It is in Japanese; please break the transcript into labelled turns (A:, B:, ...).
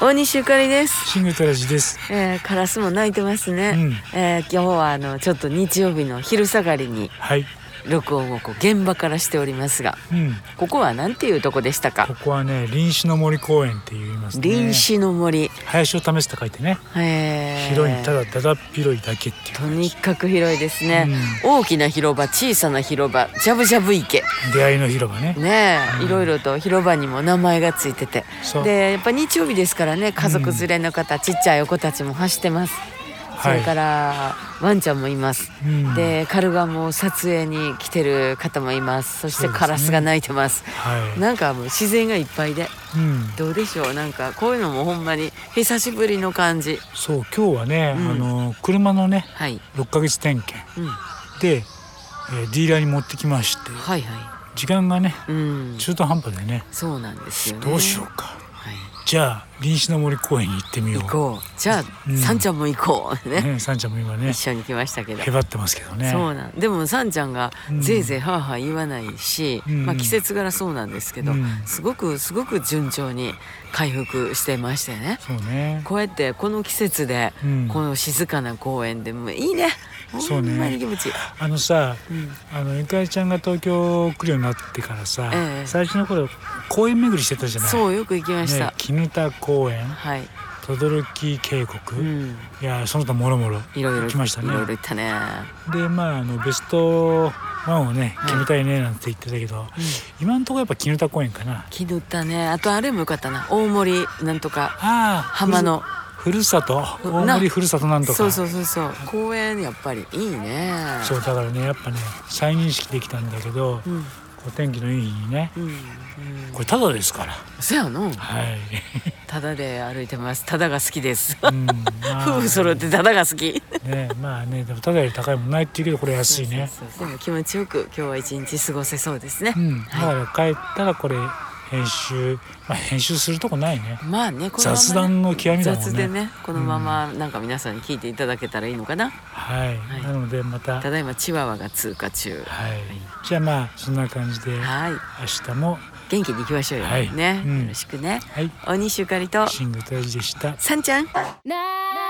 A: 大西ゆかりです。
B: シングトラジです。
A: えー、カラスも鳴いてますね。
B: うん
A: えー今日はあのちょっと日曜日の昼下がりに
B: はい。
A: 録音をこう現場からしておりますが、
B: うん。
A: ここはなんていうとこでした
B: こ
A: か。
B: こはね、林子の森公園って言いますね。
A: 臨死の森、
B: 林を試すと書いてね。
A: えー
B: 広い、ただだだっ広いだけっていう
A: と
B: 感
A: に
B: じ。
A: かく広いですね。大きな広場、小さな広場、ジャブジャブ池。
B: 出会いの広場ね。
A: ねえ、
B: うん
A: いろいろと広場にも名前がついてて。
B: そう。
A: で、やっぱ日曜日ですからね、家族連れの方、ちっちゃいお子たちも走ってます。そ
B: は
A: れ
B: い
A: か。ら、ワンちゃんもいます。
B: うん、
A: でカルガモを撮影に来てる方もいますそして
B: そうですね
A: カラスが鳴いてます
B: は
A: なんかもう自然がいっぱいで
B: い。うん。
A: どうでしょうなんかこういうのもほんまに久しぶりの感じ
B: そう、今日はね、
A: うん
B: あの車のね、
A: はい、
B: 6ヶ月点検
A: うん、
B: で、えーディーラーに持ってきまして、
A: はいは
B: 時間がね、
A: いうん
B: 中途半端でね、
A: そうなんですよね
B: どうしようか。
A: はい、
B: じゃあ林子の森公園に行ってみよう。
A: 行こうじゃあ、
B: うん
A: サンちゃんも行こうね
B: ね、サンちゃんも今ね
A: 一、緒に来ましたけど
B: へばってますけどね。
A: そうなんでもさんちゃんが
B: うん
A: ぜいぜいはあはあ言わないし、
B: うん
A: まあ、季節柄そうなんですけど、
B: うん
A: すごくすごく順調に回復してましたよね。
B: そうね。
A: こうやってこの季節で、
B: うん
A: この静かな公園でもういいね
B: そ
A: ほ
B: うね
A: んまに気持ちいい、
B: あのさ、
A: うん
B: あのゆかりちゃんが東京来るようになってからさ、
A: ええ
B: 最初の頃公園巡りしてたじゃない。
A: そうよく行きました、
B: ね、絹田公園、
A: はい、
B: 轟渓
A: う
B: 谷、い
A: ん、
B: やその他もろもろ
A: いろいろ
B: 行きましたね
A: い。ろいろ行ったね、
B: でまああのベストワンをね
A: はい
B: 決めたいねなんて言ってたけど、
A: うん、
B: 今のところやっぱ絹田公園かな。
A: 気に入ったねあとあれもよかったな大森なんとか
B: ああ
A: 浜の
B: ふるさと
A: な
B: 大森ふるさとなんとか。
A: そうそうそうそう公園やっぱりいいね
B: そうだからねやっぱね再認識できたんだけど、
A: う
B: こ
A: ん
B: う天気のいい日にね
A: うんうん
B: これタダですから。
A: そやの
B: はい。
A: ただで歩いてますただが好きです
B: うんまあ
A: 夫婦揃ってただが好き
B: ねまあねでもただより高いもんないっていうけどこれ安いね
A: そうそうそうでも気持ちよく今日は一日過ごせそうですね、
B: うんだから帰ったらこれ編集まあ編集するとこないね
A: まあねこのままね
B: 雑談の極みだもんね
A: 雑でねこのままなんか皆さんに聞いていただけたらいいのかな、
B: はい、
A: はい
B: なのでまた
A: ただいまチワワが通過中
B: はいじゃあまあそんな感じで明
A: はい
B: 日も
A: 元気にいきましょうよ、
B: はい
A: ね、
B: うん
A: よろしくね
B: はい
A: 大西ゆかりと
B: シングルトラジでした
A: さんちゃん
C: な